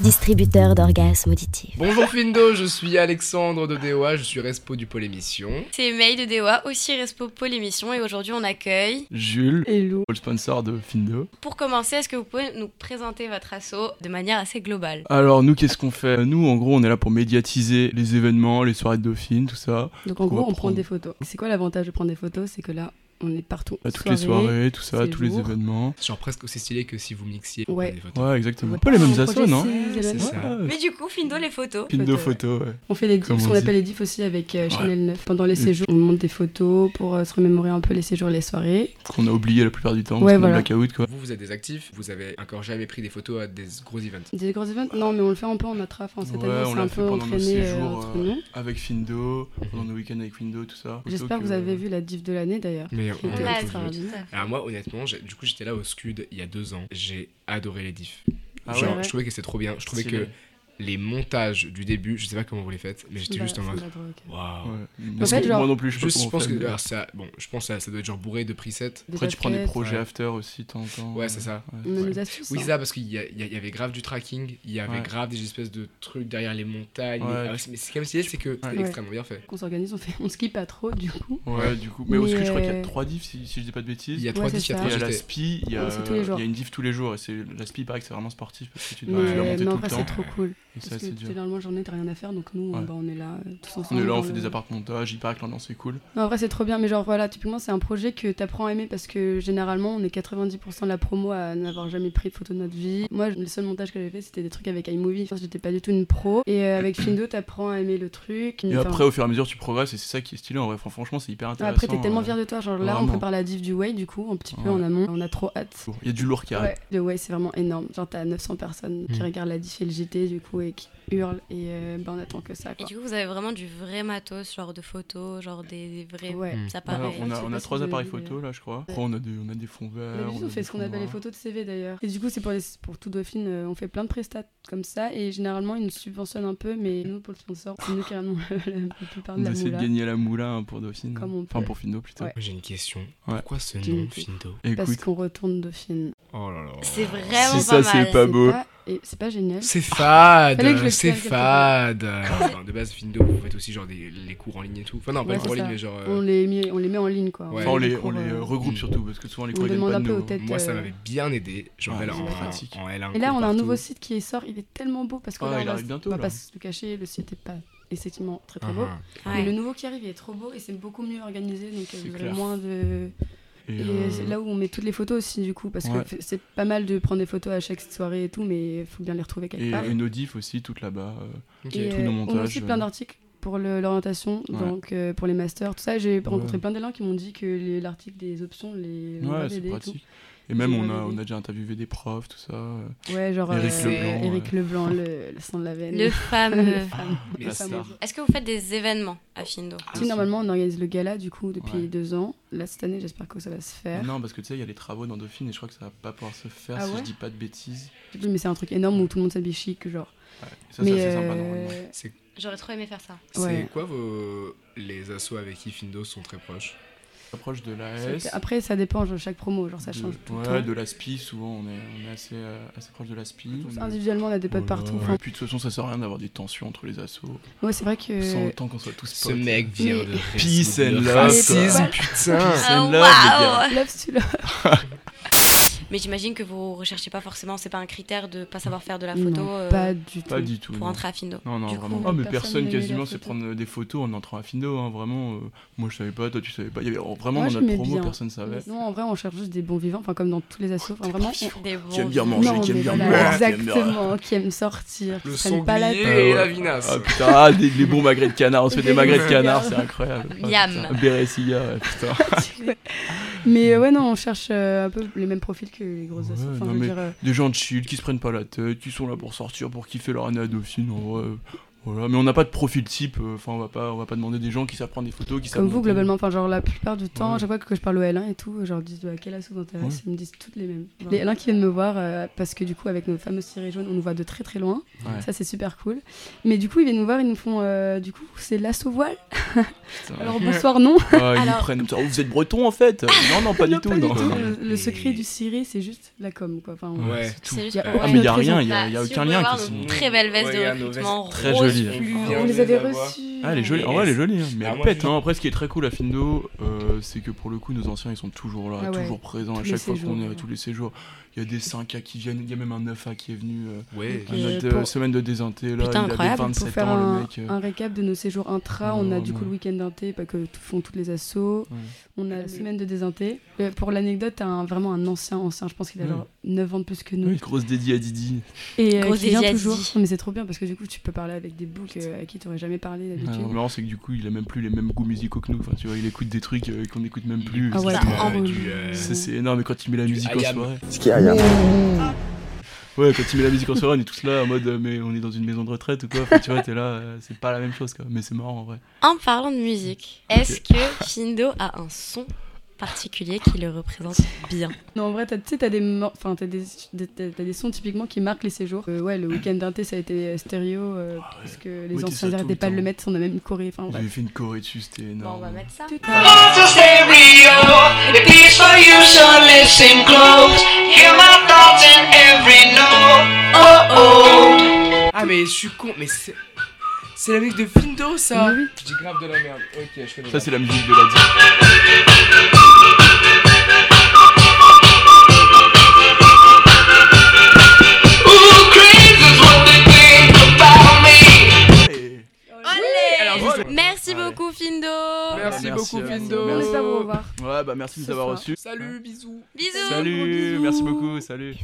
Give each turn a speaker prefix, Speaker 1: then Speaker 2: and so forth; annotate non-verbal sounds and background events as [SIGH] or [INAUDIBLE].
Speaker 1: distributeur d'orgasmes auditifs.
Speaker 2: Bonjour Findo, je suis Alexandre de DOA, je suis respo du pôle émission.
Speaker 3: C'est May de DOA, aussi Respo Pôle Émission, et aujourd'hui on accueille.
Speaker 4: Jules,
Speaker 5: Hello.
Speaker 4: le sponsor de Findo.
Speaker 3: Pour commencer, est-ce que vous pouvez nous présenter votre asso de manière assez globale
Speaker 4: Alors nous, qu'est-ce qu'on fait Nous, en gros, on est là pour médiatiser les événements, les soirées de Dauphine, tout ça.
Speaker 5: Donc en
Speaker 4: On
Speaker 5: gros,
Speaker 4: va
Speaker 5: on prend
Speaker 4: prendre-
Speaker 5: des photos. C'est quoi l'avantage de prendre des photos C'est que là, on est partout.
Speaker 4: Bah, toutes les soirées, tout ça, tous les
Speaker 5: séjours.
Speaker 4: événements.
Speaker 2: Genre presque aussi stylé que si vous mixiez
Speaker 5: Ouais.
Speaker 2: des photos.
Speaker 4: Ouais, exactement.
Speaker 5: Ouais.
Speaker 4: Pas les mêmes
Speaker 5: On
Speaker 4: assos,
Speaker 5: projette
Speaker 4: non
Speaker 5: ces
Speaker 2: c'est
Speaker 5: événements.
Speaker 2: ça.
Speaker 4: Ouais.
Speaker 3: Mais du coup, Findo, les photos.
Speaker 4: Findo
Speaker 5: Photo,
Speaker 4: photo, ouais.
Speaker 5: On fait les, ce
Speaker 4: Comme on
Speaker 5: qu'on
Speaker 4: dit.
Speaker 5: appelle les diffs aussi avec euh,
Speaker 4: Ouais.
Speaker 5: Chanel 9. Pendant les
Speaker 4: Mm.
Speaker 5: séjours, on monte des photos pour euh, se remémorer un peu les séjours, les soirées.
Speaker 4: Qu'on a oublié la plupart du temps, parce
Speaker 5: Ouais,
Speaker 4: qu'on a
Speaker 5: voilà.
Speaker 4: blackout, quoi.
Speaker 2: Vous, vous êtes des actifs, vous avez encore jamais pris des photos à des gros events.
Speaker 5: Des gros événements Non, mais on le fait un peu en attrape. Enfin, cette
Speaker 4: Ouais,
Speaker 5: année,
Speaker 4: on
Speaker 5: c'est
Speaker 4: l'a
Speaker 5: un
Speaker 4: fait
Speaker 5: peu
Speaker 4: pendant nos
Speaker 5: entraîné euh,
Speaker 4: séjours,
Speaker 5: entre
Speaker 4: euh,
Speaker 5: nous.
Speaker 4: Avec Findo, pendant nos week-ends avec Findo, tout ça. euh, Photo
Speaker 5: J'espère que vous avez vu la diff de l'année d'ailleurs.
Speaker 2: Mais on
Speaker 5: Ouais,
Speaker 2: l'a
Speaker 5: ouais,
Speaker 3: Ah,
Speaker 2: tous
Speaker 5: ça
Speaker 2: vu.
Speaker 5: va.
Speaker 2: Alors moi, honnêtement, j'ai- du coup, j'étais là au Scud il y a deux ans. J'ai adoré les diffs.
Speaker 4: Ah
Speaker 2: Genre,
Speaker 5: ouais.
Speaker 2: je trouvais que c'était trop bien. Je trouvais
Speaker 4: Stylé.
Speaker 2: que les montages du début, je sais pas comment vous les faites, mais j'étais
Speaker 5: Bah,
Speaker 2: juste en
Speaker 5: c'est
Speaker 2: mode.
Speaker 5: de la drogue.
Speaker 2: Waouh.
Speaker 4: Ouais.
Speaker 5: En fait,
Speaker 4: Moi
Speaker 5: genre-
Speaker 4: non plus, je, sais
Speaker 2: Juste, je
Speaker 4: pas comment on
Speaker 2: pense
Speaker 4: fait,
Speaker 2: que
Speaker 4: mais-
Speaker 2: alors, ça, bon, je pense que ça, ça doit être genre bourré de presets.
Speaker 4: Après, tu prends des
Speaker 5: paquettes,
Speaker 4: projecteurs aussi, de temps en temps.
Speaker 2: Ouais, c'est ça.
Speaker 4: Ouais.
Speaker 5: On a
Speaker 2: Ouais.
Speaker 5: nos astuces.
Speaker 2: Oui,
Speaker 5: hein.
Speaker 2: c'est ça, parce qu'il y, a- il y a- il y avait grave du tracking, il y avait
Speaker 4: Ouais.
Speaker 2: grave des espèces de trucs derrière les montagnes.
Speaker 4: Ouais.
Speaker 2: mais- ah, c'est- mais c'est comme si c'est que c'était
Speaker 5: Ouais.
Speaker 2: extrêmement bien fait.
Speaker 5: Qu'on s'organise, on fait, on skip pas trop du coup.
Speaker 4: Ouais, du coup. Mais, au
Speaker 5: Mais,
Speaker 4: Scud, je crois qu'il y a
Speaker 5: euh,
Speaker 4: trois diffs, si, si je dis pas de bêtises.
Speaker 2: Il y a
Speaker 5: Ouais,
Speaker 2: trois
Speaker 5: c'est
Speaker 2: disques, il y a
Speaker 5: ça.
Speaker 2: trois
Speaker 4: Et à la
Speaker 2: jetés.
Speaker 4: SPI, il y, a,
Speaker 5: Ouais, c'est tous les jours.
Speaker 4: il y a une diff tous les jours. Et c'est, la SPI, paraît que c'est vraiment sportif parce que tu dois,
Speaker 5: Mais,
Speaker 4: tu dois monter
Speaker 5: mais en
Speaker 4: tout
Speaker 5: vrai,
Speaker 4: le temps.
Speaker 5: c'est trop cool.
Speaker 4: Et c'est
Speaker 5: Parce
Speaker 4: assez
Speaker 5: que
Speaker 4: dur.
Speaker 5: généralement, journée, t'as rien à faire, donc nous,
Speaker 4: Ouais.
Speaker 5: bah, on est là euh, tous ensemble.
Speaker 4: On est là, on
Speaker 5: dans
Speaker 4: fait
Speaker 5: le-
Speaker 4: des appartementages, il paraît que l'ambiance est cool.
Speaker 5: Non, en vrai, c'est trop bien, mais genre voilà, typiquement, c'est un projet que t'apprends à aimer parce que généralement, on est 90% de la promo à n'avoir jamais pris de photo de notre vie. Moi, le seul montage que j'avais fait, c'était des trucs avec iMovie. Je pense que j'étais pas du tout une pro. Et euh, avec Findo, t'apprends à aimer le truc.
Speaker 4: Et
Speaker 5: Enfin,
Speaker 4: après, au fur et à mesure, tu progresses et c'est ça qui est stylé. En vrai, Fran- franchement, c'est hyper
Speaker 5: ouais,
Speaker 4: intéressant.
Speaker 5: après, t'es tellement
Speaker 4: euh,
Speaker 5: fier de toi. Genre là, on
Speaker 4: vraiment.
Speaker 5: prépare la div du Way, du coup, un petit peu
Speaker 4: Ouais.
Speaker 5: en amont. On a trop hâte.
Speaker 4: Il y a du lourd qui arrive.
Speaker 5: Ouais, le Way, c'est vraiment énorme. Genre, t'as 900 personnes qui
Speaker 2: Mm.
Speaker 5: regardent la diff et le JT, du coup, et qui hurlent. Et euh, ben, on attend que ça,
Speaker 3: Et
Speaker 5: quoi.
Speaker 3: du coup, vous avez vraiment du vrai matos, genre de photos, genre des, des vrais. Mmh.
Speaker 5: Ouais.
Speaker 2: Mm.
Speaker 3: Ça
Speaker 4: Voilà,
Speaker 3: paraît.
Speaker 5: pareil.
Speaker 4: on a,
Speaker 5: Je sais
Speaker 4: on a
Speaker 5: pas si
Speaker 4: trois
Speaker 5: vous avez
Speaker 4: appareils
Speaker 5: vu,
Speaker 4: photo
Speaker 5: mais-
Speaker 4: là, je crois. Après, on a, des, Euh, on a des fonds verts.
Speaker 5: D'habitude,
Speaker 4: a
Speaker 5: on fait
Speaker 4: des
Speaker 5: ce qu'on
Speaker 4: fonds
Speaker 5: appelle les
Speaker 4: noirs.
Speaker 5: photos de CV d'ailleurs. Et du coup, c'est pour, les... pour tout Dauphine, euh, on fait plein de prestats comme ça. Et généralement, ils nous subventionnent un peu, mais nous, pour le sponsor, c'est nous qui avons [LAUGHS] la plupart de
Speaker 4: On
Speaker 5: la
Speaker 4: essaie de
Speaker 5: moula.
Speaker 4: gagner la moula hein, pour Dauphine.
Speaker 5: Comme on
Speaker 4: Enfin,
Speaker 5: peut.
Speaker 4: pour Findo plutôt.
Speaker 5: Ouais.
Speaker 2: J'ai une question. Pourquoi ce
Speaker 5: Dis-nous
Speaker 2: nom,
Speaker 5: tout.
Speaker 2: Findo
Speaker 5: Parce
Speaker 4: Écoute,
Speaker 5: qu'on retourne Dauphine.
Speaker 2: Oh là là.
Speaker 3: C'est vraiment
Speaker 4: si
Speaker 3: pas
Speaker 4: ça,
Speaker 3: mal.
Speaker 4: c'est pas
Speaker 5: C'est
Speaker 4: beau.
Speaker 5: pas- et C'est pas génial.
Speaker 2: C'est fade,
Speaker 5: Fallait que je le
Speaker 2: c'est
Speaker 5: fasse quelque
Speaker 2: fade. Enfin, de base, Findo, vous faites aussi genre des, les cours en ligne et tout. Enfin, non, pas
Speaker 5: Ouais,
Speaker 2: les cours en
Speaker 5: c'est
Speaker 2: ligne,
Speaker 5: ça.
Speaker 2: mais genre. euh,
Speaker 5: On, les met... on les met en ligne quoi.
Speaker 2: Ouais.
Speaker 4: Enfin, on les,
Speaker 5: cours,
Speaker 4: on les
Speaker 5: euh,
Speaker 4: euh, regroupe
Speaker 2: Mm.
Speaker 4: surtout parce que souvent les
Speaker 5: On
Speaker 4: cours ils
Speaker 5: demande
Speaker 4: viennent pas de
Speaker 5: un peu
Speaker 4: nous.
Speaker 5: aux têtes.
Speaker 2: Moi, ça
Speaker 5: euh,
Speaker 2: m'avait bien aidé. Genre,
Speaker 4: Ouais,
Speaker 2: elle,
Speaker 4: c'est
Speaker 2: en,
Speaker 4: pratique.
Speaker 2: en L1.
Speaker 5: Et là, on a un
Speaker 2: partout.
Speaker 5: nouveau site qui sort, il est tellement beau parce que
Speaker 4: Ah,
Speaker 5: là,
Speaker 4: il
Speaker 5: on va,
Speaker 4: arrive bientôt,
Speaker 5: on va
Speaker 4: là.
Speaker 5: pas se le cacher, le site est pas effectivement très
Speaker 2: Ah,
Speaker 5: très beau.
Speaker 2: ah.
Speaker 5: Mais le
Speaker 3: Ouais.
Speaker 5: nouveau qui arrive, il est trop beau et c'est beaucoup mieux organisé, donc euh,
Speaker 4: C'est
Speaker 5: vous aurez
Speaker 4: clair.
Speaker 5: moins de
Speaker 4: Et,
Speaker 5: Et
Speaker 4: euh,
Speaker 5: c'est là où on met toutes les photos aussi, du coup, parce
Speaker 4: Ouais.
Speaker 5: que f- c'est pas mal de prendre des photos à chaque soirée et tout, mais il faut bien les retrouver quelque
Speaker 4: et,
Speaker 5: part.
Speaker 4: et nos diffs aussi, toutes là-bas. euh,
Speaker 2: Ok.
Speaker 5: Et,
Speaker 4: tous nos
Speaker 5: on a
Speaker 4: montages,
Speaker 5: aussi
Speaker 4: euh.
Speaker 5: plein d'articles pour le- l'orientation,
Speaker 4: Ouais.
Speaker 5: donc euh, pour les masters, tout ça. J'ai
Speaker 4: Ouais.
Speaker 5: rencontré plein d'élèves qui m'ont dit que les- l'article des options, les les
Speaker 4: Ouais,
Speaker 5: vrais
Speaker 4: c'est
Speaker 5: BD et euh, tout.
Speaker 4: pratique. Et même,
Speaker 5: J'ai
Speaker 4: on
Speaker 5: pas
Speaker 4: a, on
Speaker 5: BD.
Speaker 4: a déjà interviewé des profs, tout ça. euh,
Speaker 5: Ouais, genre
Speaker 4: Éric
Speaker 5: euh,
Speaker 4: Leblanc, [LAUGHS]
Speaker 5: Éric Leblanc, le, le sang de la
Speaker 3: [LAUGHS]
Speaker 5: veine.
Speaker 3: Le fameux.
Speaker 5: femme.
Speaker 4: la
Speaker 5: le fameux.
Speaker 4: star.
Speaker 3: Est-ce que vous faites des événements à Findo
Speaker 5: Tu sais, Ah, normalement, on organise le gala, du coup, depuis
Speaker 4: Ouais.
Speaker 5: deux ans. Là, cette année, j'espère que ça va se faire.
Speaker 4: Non, parce que tu sais, il y a les travaux dans Dauphine et je crois que ça va pas pouvoir se faire
Speaker 5: Ah
Speaker 4: si
Speaker 5: ouais
Speaker 4: je dis pas de bêtises.
Speaker 5: Je sais plus, Mais c'est un truc énorme où tout le monde s'habille chic, genre.
Speaker 4: Ouais, et ça,
Speaker 5: mais
Speaker 4: c'est assez sympa
Speaker 5: euh,
Speaker 4: normalement.
Speaker 3: J'aurais trop aimé faire ça.
Speaker 2: C'est
Speaker 5: Ouais.
Speaker 2: quoi vos... les assos avec qui Findo sont très proches
Speaker 4: Approche de
Speaker 5: Ça
Speaker 4: l'AS.
Speaker 5: fait- Après, ça dépend, genre, chaque promo, genre ça
Speaker 4: de-
Speaker 5: change tout le
Speaker 4: ouais,
Speaker 5: temps.
Speaker 4: de l'ASPI, souvent on est, on est assez, euh, assez proche de l'ASPI.
Speaker 5: Tous
Speaker 4: On est-
Speaker 5: Individuellement, on a des potes
Speaker 2: Oh là,
Speaker 5: partout.
Speaker 2: ouais.
Speaker 5: enfin.
Speaker 4: Et puis de toute façon, ça sert à rien d'avoir des tensions entre les assos.
Speaker 5: Ouais, c'est vrai que.
Speaker 4: Sans autant qu'on soit tous potes.
Speaker 2: vient
Speaker 5: Mais-
Speaker 2: de.
Speaker 4: Peace and
Speaker 2: de
Speaker 4: love,
Speaker 2: racisme,
Speaker 5: quoi.
Speaker 2: putain
Speaker 4: Peace
Speaker 3: Ah,
Speaker 4: and love, les gars.
Speaker 5: [LAUGHS] Love celui-là.
Speaker 3: Mais j'imagine que vous recherchez pas forcément, c'est pas un critère de pas savoir faire de la
Speaker 5: Non,
Speaker 3: photo euh,
Speaker 5: Pas du tout.
Speaker 4: Pas du tout.
Speaker 3: pour
Speaker 4: non.
Speaker 3: entrer à Findo.
Speaker 4: Non, non,
Speaker 3: Du
Speaker 4: vraiment.
Speaker 3: coup,
Speaker 4: Ah, mais
Speaker 5: personne
Speaker 4: personne
Speaker 5: n'aimait la
Speaker 4: quasiment se
Speaker 5: photo.
Speaker 4: prendre des photos en entrant à Findo, hein, vraiment. euh, moi je savais pas, toi tu savais pas. Il y avait oh, vraiment
Speaker 5: Moi,
Speaker 4: dans
Speaker 5: j'aimais
Speaker 4: notre promo,
Speaker 5: bien.
Speaker 4: personne savait.
Speaker 5: Non, en vrai, on cherche juste des bons vivants, enfin, comme dans tous les assos. Enfin, vraiment. on-
Speaker 3: Oh, Des bons
Speaker 4: Qui aime bien
Speaker 3: vivants.
Speaker 4: manger,
Speaker 5: Non,
Speaker 4: qui aime
Speaker 5: mais
Speaker 4: bien
Speaker 5: voilà,
Speaker 4: boire, qui aime bien-
Speaker 5: Exactement, [LAUGHS] qui aime sortir, qui
Speaker 2: Le
Speaker 5: se prennent pas la
Speaker 2: sanglier. euh,
Speaker 5: tête.
Speaker 2: Et la vinasse.
Speaker 4: Ah putain, ah, des, les bons magrets de canard, on se fait des magrets de canard, c'est incroyable. Ah,
Speaker 3: Miam.
Speaker 4: putain, Beresilla, ouais, putain.
Speaker 5: [LAUGHS] Mais euh, ouais, non, on cherche euh, un peu les mêmes profils que les grosses
Speaker 4: Ouais,
Speaker 5: assos. Enfin,
Speaker 4: non,
Speaker 5: je veux
Speaker 4: mais-
Speaker 5: dire, euh,
Speaker 4: Des gens de chill qui se prennent pas la tête, qui sont là pour sortir, pour kiffer leur année à Dauphine, en vrai. euh, Voilà, mais on n'a pas de profil type, euh, enfin on va pas on va pas demander des gens qui savent prendre des photos, qui savent
Speaker 5: Comme vous,
Speaker 4: monter.
Speaker 5: globalement, enfin, genre la plupart du temps,
Speaker 4: Ouais.
Speaker 5: à chaque fois que je parle au L1 et tout, genre, ils disent à quelle asso
Speaker 4: Ouais.
Speaker 5: t'intéresses Ils me disent toutes les mêmes.
Speaker 3: Ouais.
Speaker 5: Les L1 qui viennent me voir, euh, parce que du coup, avec nos fameuses cirés jaunes, on nous voit de très très loin.
Speaker 4: Ouais.
Speaker 5: Ça, c'est super cool. Mais du coup, ils viennent nous voir, ils nous font, euh, du coup, c'est l'asso voile
Speaker 4: Putain.
Speaker 5: [LAUGHS] Alors bonsoir, non
Speaker 4: Ah, ils
Speaker 3: Alors-
Speaker 4: nous prennent comme ça. Oh, vous êtes breton en fait Non non, pas du
Speaker 5: [LAUGHS] Non,
Speaker 4: tout.
Speaker 5: pas
Speaker 4: non.
Speaker 5: Le, le secret du ciré, c'est juste la com, quoi. Enfin, on-
Speaker 2: Ouais.
Speaker 4: tout.
Speaker 3: C'est juste
Speaker 5: Y a-
Speaker 3: pour
Speaker 5: ah,
Speaker 4: Ah
Speaker 3: elle.
Speaker 4: mais il y a
Speaker 5: notre
Speaker 4: rien,
Speaker 5: raison.
Speaker 4: il y a,
Speaker 3: Bah,
Speaker 4: y a
Speaker 3: si vous
Speaker 4: aucun
Speaker 3: voulez
Speaker 4: lien
Speaker 3: voir
Speaker 4: qui
Speaker 3: nos
Speaker 4: signe.
Speaker 3: très belles vestes
Speaker 2: Regarde
Speaker 3: de
Speaker 2: nos
Speaker 3: recrutement
Speaker 2: vestes
Speaker 4: très
Speaker 3: rose
Speaker 4: jolies.
Speaker 3: fluo.
Speaker 2: Bien
Speaker 5: on
Speaker 2: de
Speaker 5: les avait
Speaker 2: les avoir.
Speaker 5: reçus.
Speaker 4: Ah, elle est jolie.
Speaker 2: Et
Speaker 4: En vrai, elle est
Speaker 2: est-ce-
Speaker 4: jolie. hein. Mais
Speaker 2: Ah,
Speaker 4: elle
Speaker 2: moi,
Speaker 4: pète.
Speaker 2: je-
Speaker 4: hein. Après, ce qui est très cool à Findo, euh, c'est que pour le coup, nos anciens, ils sont toujours là,
Speaker 5: Ah ouais.
Speaker 4: toujours présents à
Speaker 5: Tous les
Speaker 4: chaque fois qu'on
Speaker 5: séjours,
Speaker 4: est, à
Speaker 5: ouais.
Speaker 4: tous les séjours. Il y a des 5A qui viennent, il y a même un 9A qui est venu euh,
Speaker 2: Ouais.
Speaker 4: à
Speaker 5: Et
Speaker 4: notre
Speaker 5: pour-
Speaker 4: euh, semaine de désinté. Là,
Speaker 3: Putain,
Speaker 4: il
Speaker 3: incroyable,
Speaker 4: avait
Speaker 5: Pour
Speaker 4: 27
Speaker 5: faire
Speaker 4: ans,
Speaker 5: un,
Speaker 4: le mec. euh.
Speaker 5: un récap de nos séjours intra, on a
Speaker 4: Ouais,
Speaker 5: du coup
Speaker 4: ouais.
Speaker 5: le week-end d'inté, pas que tout- font toutes les assos.
Speaker 4: Ouais.
Speaker 5: On a la semaine de désinté. Euh, Pour l'anecdote, t'as un- vraiment un ancien, ancien, je pense qu'il a
Speaker 4: Ouais.
Speaker 5: genre 9 ans de plus que nous.
Speaker 4: Oui, grosse dédie à Didi.
Speaker 5: Et euh,
Speaker 3: Gros
Speaker 5: qui vient
Speaker 3: dédiatie.
Speaker 5: toujours. Non, mais c'est trop bien parce que du coup, tu peux parler avec des boucs euh, à qui t'aurais jamais parlé
Speaker 4: Ah,
Speaker 5: d'habitude.
Speaker 4: non, le marrant, c'est que du coup, il a même plus les mêmes goûts musicaux que nous. Enfin, tu vois, il écoute des trucs euh, qu'on n'écoute même plus.
Speaker 5: Ah ouais,
Speaker 4: Ça,
Speaker 3: Bah,
Speaker 5: trop
Speaker 3: en-
Speaker 5: relou.
Speaker 2: du, euh,
Speaker 4: c'est- c'est énorme, mais quand il met la
Speaker 2: Du
Speaker 4: musique en
Speaker 2: IAM.
Speaker 4: soirée.
Speaker 6: Skiaia.
Speaker 4: Ouais, quand il met la musique en soirée, on est tous là en mode, euh, mais on est dans une maison de retraite ou quoi. Enfin, tu vois, t'es là, euh, c'est pas la même chose, quoi. Mais c'est marrant en vrai.
Speaker 3: En parlant de musique, est-ce que Findo a un son particulier qui le représente bien
Speaker 5: Non, en vrai, t'as- tu sais, t'as des, mor- enfin, t'as des, des- t'as- t'as des sons typiquement qui marquent les séjours. Euh, ouais, le week-end d'inté, ça a été euh, stéréo euh,
Speaker 4: Ah
Speaker 5: parce que les
Speaker 4: Mettez
Speaker 5: anciens
Speaker 4: ça tout
Speaker 5: n'arrêtaient
Speaker 4: le
Speaker 5: pas de le
Speaker 4: temps.
Speaker 5: mettre. On a même une choré. Enfin, bref.
Speaker 4: J'avais fait une choré dessus, c'était
Speaker 3: Bon,
Speaker 4: énorme.
Speaker 3: on va mettre ça.
Speaker 5: Tout à-
Speaker 7: It beats for you, so listen close. Hear my thoughts in every note. Oh oh.
Speaker 2: Ah, mais je suis con, mais c'est. C'est la musique de Findo
Speaker 4: Ah,
Speaker 2: ça
Speaker 5: Mais oui.
Speaker 2: J'ai grave de la merde. Ok, je connais.
Speaker 4: Ça, c'est la musique de la Didi.
Speaker 7: Ooh, crazy is what they think about me.
Speaker 4: Et-
Speaker 3: Allez
Speaker 2: Alors, juste-
Speaker 3: Merci
Speaker 4: Allez.
Speaker 3: beaucoup Findo
Speaker 2: Merci beaucoup,
Speaker 4: euh,
Speaker 2: Findo.
Speaker 5: On
Speaker 4: merci.
Speaker 5: espère vous revoir.
Speaker 4: Ouais, bah merci de nous
Speaker 5: Ce
Speaker 4: avoir
Speaker 5: soir.
Speaker 4: reçus.
Speaker 2: Salut, bisous.
Speaker 3: Bisous
Speaker 4: Salut, merci beaucoup, salut.